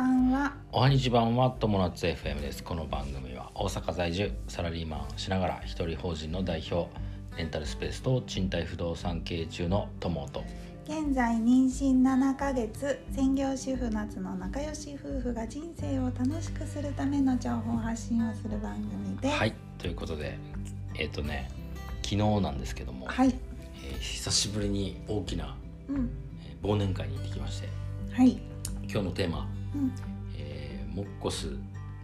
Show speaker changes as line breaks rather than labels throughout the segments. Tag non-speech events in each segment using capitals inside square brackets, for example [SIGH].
んは
おはにちばんは友達 FM ですこの番組は大阪在住サラリーマンをしながら一人法人の代表レンタルスペースと賃貸不動産経営中の友と
現在妊娠7ヶ月専業主婦夏の仲良し夫婦が人生を楽しくするための情報発信をする番組です
はいということでえっ、とね昨日なんですけども、
はい
えー久しぶりに大きな
うん
えー忘年会に行ってきまして
はい
今日のテーマ
うん
「えーモッコス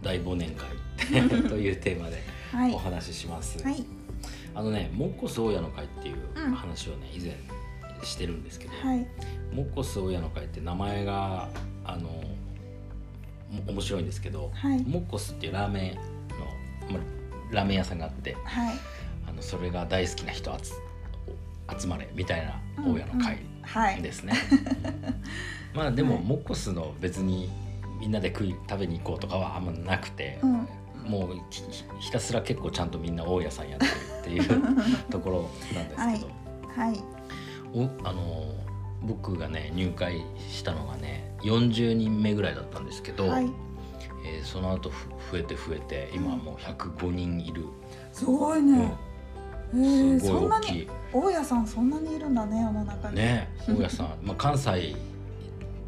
大忘年会」
[LAUGHS]
というテーマで
はい
お話しします、
はい
あのねモッコス大家の会っていう
うん
話をね以前してるんですけど、
はい
モッコス大家の会って名前があのお面白いんですけど、
はい
モッコスっていうラーメンの、まあ、ラーメン屋さんがあって
はい
あのそれが大好きな人集集まれみたいな
うん
大家の会
はい
で
[LAUGHS]
すね、まあでも、
はい
モッコスの別にみんなで食い食べに行こうとかはあんまなくて、
うん
もうひひたすら結構ちゃんとみんな大家さんやってるっ
[LAUGHS]
ていうところなんですけど、
はい
おあの僕がね入会したのがね40人目ぐらいだったんですけど、
はい
えーその後ふ増えて増えて今はもう105人いる、
すごいねえ
うん
ー
すごい
そんな
大き
に
い
大家さんそんなにいるんだね世の中に
ね大家さん、まあ、関西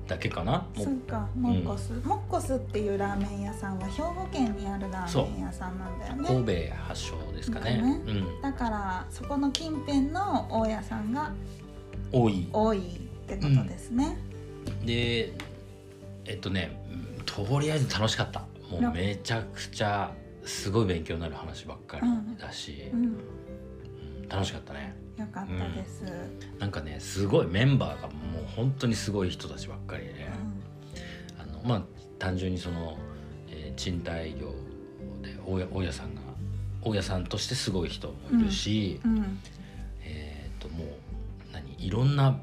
だけかなも
そうっかモッコス、モッコスっていうラーメン屋さんは兵庫県にあるラーメン屋さんなんだよね
神戸発祥ですかね
なんか
うん、
だからそこの近辺の大家さんが
多い
多いってことですね、
でえっとねうんとりあえず楽しかったも
な
うめちゃくちゃすごい勉強になる話ばっかりだし、
うん
うん楽しかったね
よかったです、
なんかねすごいメンバーがもう本当にすごい人たちばっかりで、ねあのまあ単純にその、えー賃貸業で大家大家さんが大家さんとしてすごい人もいるし、
うん、うん
えー、ともう何いろんな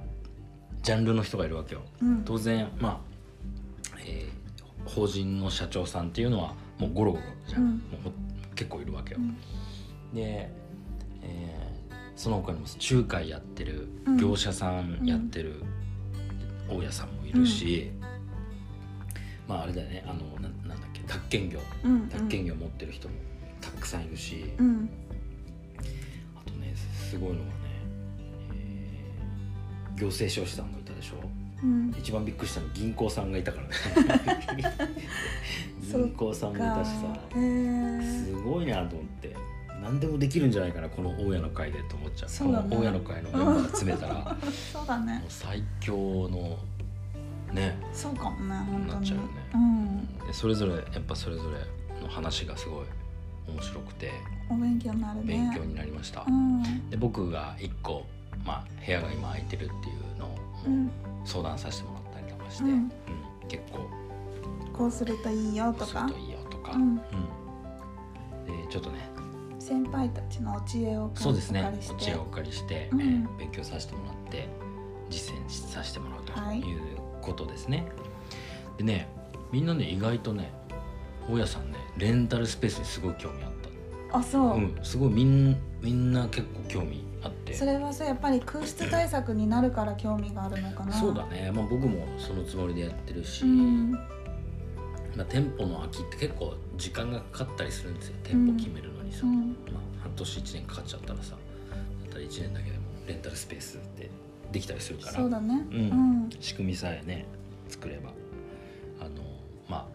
ジャンルの人がいるわけよ。
うん
当然まあ、えー法人の社長さんっていうのはもうゴロゴロじゃん、
うん
もうほ結構いるわけよ。
うん
で、えーその他にも仲介やってる業者さんやってる大家さんもいるし、まああれだよねあのななんだっけ宅建業
うん
宅建業持ってる人もたくさんいるし、
うん
あとねすすごいのはね、えー行政書士さんもいたでしょ
うん
一番びっくりしたの銀行さんがい
[LAUGHS]
たからね銀行さんもいたしさ
かえー
すごいなと思って何でもできるんじゃないかなこの大家の会でと思っちゃう
そうだね
この大家の会のメンバー詰めたら
[LAUGHS]
もう
そうだね
最強のね
そうかもね本当
なっち
に
ゃうよね
うん
でそれぞれやっぱそれぞれの話がすごい面白くて
お勉強になるね
勉強になりました、
うん
で僕が1個、まあ、部屋が今空いてるっていうのを
うん
相談させてもらったりとかして、
うん
うん結構
こうするといいよとか
するといいよとか、
うん
うんでちょっとね
先輩たちのお知恵を
そうです
お
ね
借りし
お
て
知恵をお借りして、
うん
えー勉強させてもらって実践させてもらうと
はい
いうことですね、でねみんなね意外とね大家さんねレンタルスペースにすごい興味あっ
あそう、
た、うん、すごいみんみんな結構興味あって
それはさやっぱり空室対策になるから興味があるのかな
そうだね、まあ、僕もそのつもりでやってるし、
うん
まあ、店舗の空きって結構時間がかかったりするんですよ店舗決めるのにさ、
うん
まあ、半年1年かかっちゃったらさだったら1年だけでもレンタルスペースってできたりするから
そうだね
う
うんん
仕組みさえね作ればあのまあ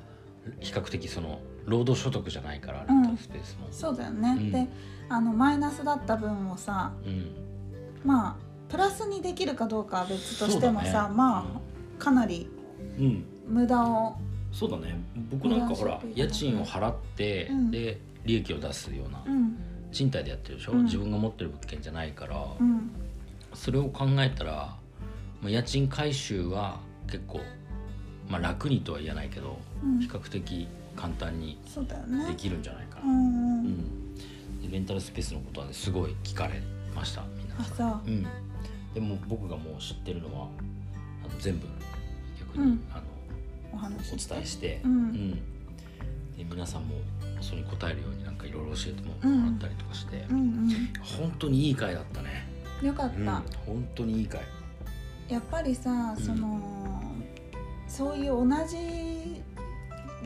比較的その労働所得じゃないからレンタルスペースも、
そうだよね、
うん
であのマイナスだった分をさ
うん
まあプラスにできるかどうかは別としても
そうだ
さ、
ね
まあかなり
うん、うん
無駄を
そうだね僕なんかほら
労働所得
家賃を払って、
うん
で利益を出すような
うん
賃貸でやってるでしょ、
うん
自分が持ってる物件じゃないから、
うん
それを考えたら、まあ、家賃回収は結構、まあ、楽にとは言えないけど、
うん
比較的簡単に
そうだよ
で
ね
きるんじゃないか
う
な、
んう
うんんでレンタルスペースのことはねすごい聞かれましたみんな
あ
から
そう
うん、でも僕がもう知ってるのはあの全部逆に、
うん
あの
お話
お
しして
伝えして、
うん
で皆さんもそれに答えるようになんかいろいろ教えても
うん
もらったりとかして、
うん
本当にいい回だったね、
うんよかっ
うん、
た
本、当にいい回
やっぱりさ
うん
その、そういう同じ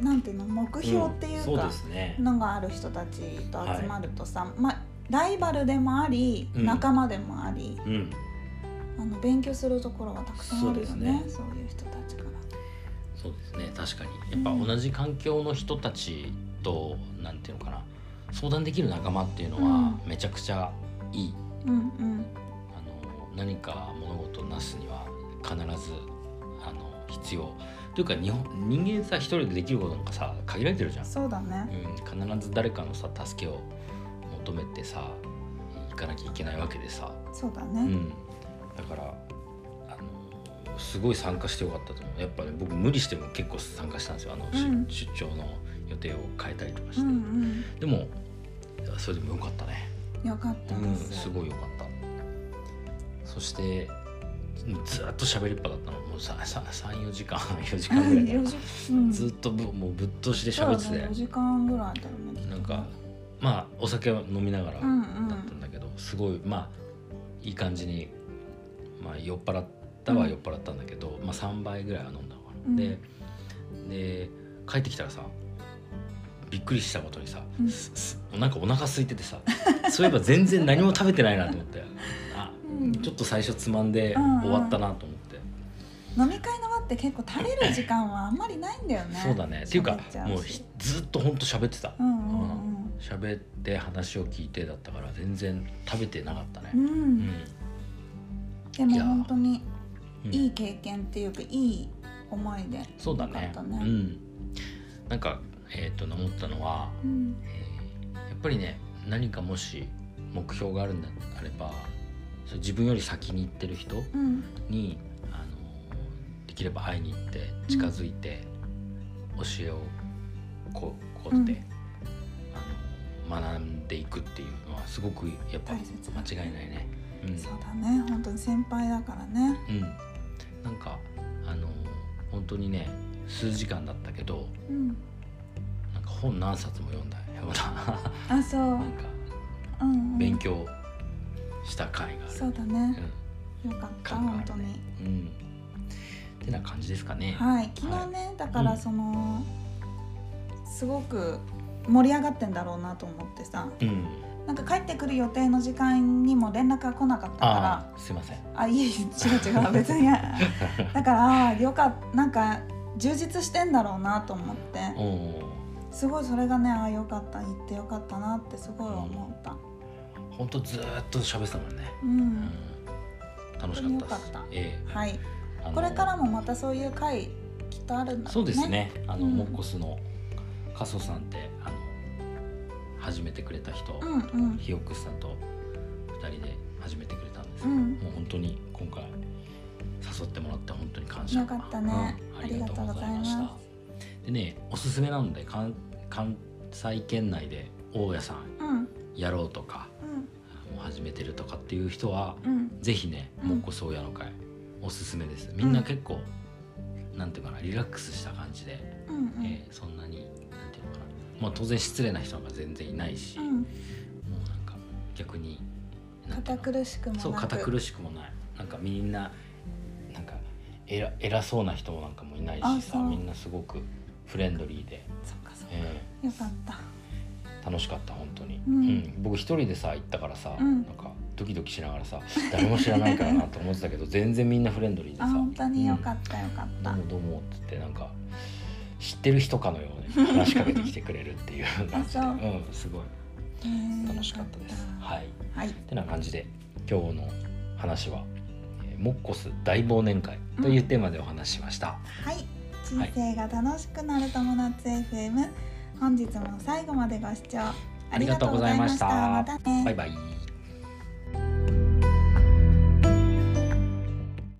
なんていうの目標ってい
ん
う
そう
か
で、すね
のがある人たちと集まるとさ、まあライバルでもあり
うん
仲間でもあり、
うん
あの勉強するところはたくさんあるよね
そう
そういう人たちから。
そうですね確かにやっぱ同じ環境の人たちとなんていうのかな相談できる仲間っていうのはめちゃくちゃいい、
うんうん
あの何か物事をなすには必ずあの必要というか日本人間さ一人でできることなんかさ限られてるじゃん、
そうだね。
うん、必ず誰かのさ助けを求めてさ行かなきゃいけないわけでさ、
そうだ
う
ね。
ん、だからあのすごい参加してよかったと思うやっぱね僕無理しても結構参加したんですよあの、し
うん
出張の予定を変えたりとかし
う
て、
ん
でもそれでもよかったね
うん。よかっ
う
た
ん、
ですす。
ごい良かったそしてずっと喋りっぱだったのもう34時 [LAUGHS] 間4時間ぐらいか
4
な
時うん
ずっとぶもうぶっ通しで喋って
そうだね4
て
時間ぐらいだよね。きっと
なんかまあお酒を飲みながらだ
う
っ
んうん
たんだけど、すごいまあいい感じに、まあ、酔っ払ったは酔っ払ったんだけど、まあ、3杯ぐらいは飲んだのか
う
な、
ん
でで帰ってきたらさびっくりしたことにさ、
うん
すすなんかお腹空いててさそういえば全然何も食べてないなと思ってあ
うん
ちょっと最初つまんで
うんうん
終わったなと思って、
飲み会の場って結構食べる時間はあんまりないんだよね。
そうだねっていうか
喋っちゃし
もうひずっとほんと喋ってた
うんうん
喋って話を聞いてだったから全然食べてなかったね、
うん。う。
うんん
で
い
も
や
本当に
うん
いい経験っていうかいい思いで。
そうだ
よか
ね
った
う
ね。
んなんかえっ、と思ったのは、
うん
えーやっぱりね何かもし目標があるんだあればそれ自分より先に行ってる人
うん
にあのできれば会いに行って近づいて、教えをこうこうって、
うん
あの学んでいくっていうのはすごくやっぱ
大切だね
間違いないね。うん
そうだね本当に先輩だからね。
うん、なんかあの本当にね数時間だったけど
うん。
なんか本何冊も読んだような
あそう。う
[LAUGHS] なんか
んうん。
勉強した回がある。
そうだね。よかった本当に。
うん、うん、ってな感じですかね。
はい、昨日ね、だからその、すごく盛り上がってんだろうなと思ってさ
うん、
なんか帰ってくる予定の時間にも連絡が来なかったか
ああすいません。
らあいえいえ違
[LAUGHS]
う違う別にだからあーよかったなんか充実してんだろうなと思って
おお
すごいそれがねあーよかった行ってよかったなってすごい思った
本当ずーっと喋ってたもんね。
う、
うんん、楽しかったです
本当に良かった。
え
はい
えあの
これからもまたそういう回きっとあるんだろ
そうですね。あの、
うん
モッコスのカソさんってあの始めてくれた人、
うんうん
ヒヨックスさんと二人で始めてくれたんですけ
う
ど、
ん
もう本当に今回誘ってもらって本当に感謝
よかったね
うん
あ
あ
り
り
が
が
と
と
う
う
ご
ご
ざ
ざ
い
い
ま
ますしたでねおすすめなので関関西圏内で大家さん
うん
やろうとかもう始めてるとかっていう人は
うんうん
ぜひね
うん
もっこそうやの会おすすめですみんな結構、なんていうかなリラックスした感じで、
うんうん
えーそんなになんていうのかなまあ当然失礼な人が全然いないし、も
うん、
うなんか逆になんてい
堅
うの
苦しくもなく
そう堅苦しくもないなんかみんななんか偉偉そうな人もなんかもいない
あ
し
そ
さ
う
みんなすごくフレンドリーで、
そっかそっか、
え
よかった
ー楽しかった本当に、
う
うんん僕一人でさ行ったからさ、
うん
なんかドキドキしながらさ誰も知らないからなと思ってた
[LAUGHS]
けど全然みんなフレンドリーで
あ
さ
本当によ
う
か
ん
ったよかった、
どうもどうも」っつってなんか知ってる人かのように話しかけてきてくれるっていう感じで、
そう
うん、すごい
へー
楽しかったです。
よかっ
はい
たはい
てな感じで今日の話は「えーモッコス大忘年会」というテーマでお話ししました。
はい人生が楽しくなる友達 FM、本日も最後までご視聴あ
ありがとうございました
りがとうございましたまたね
バイバイ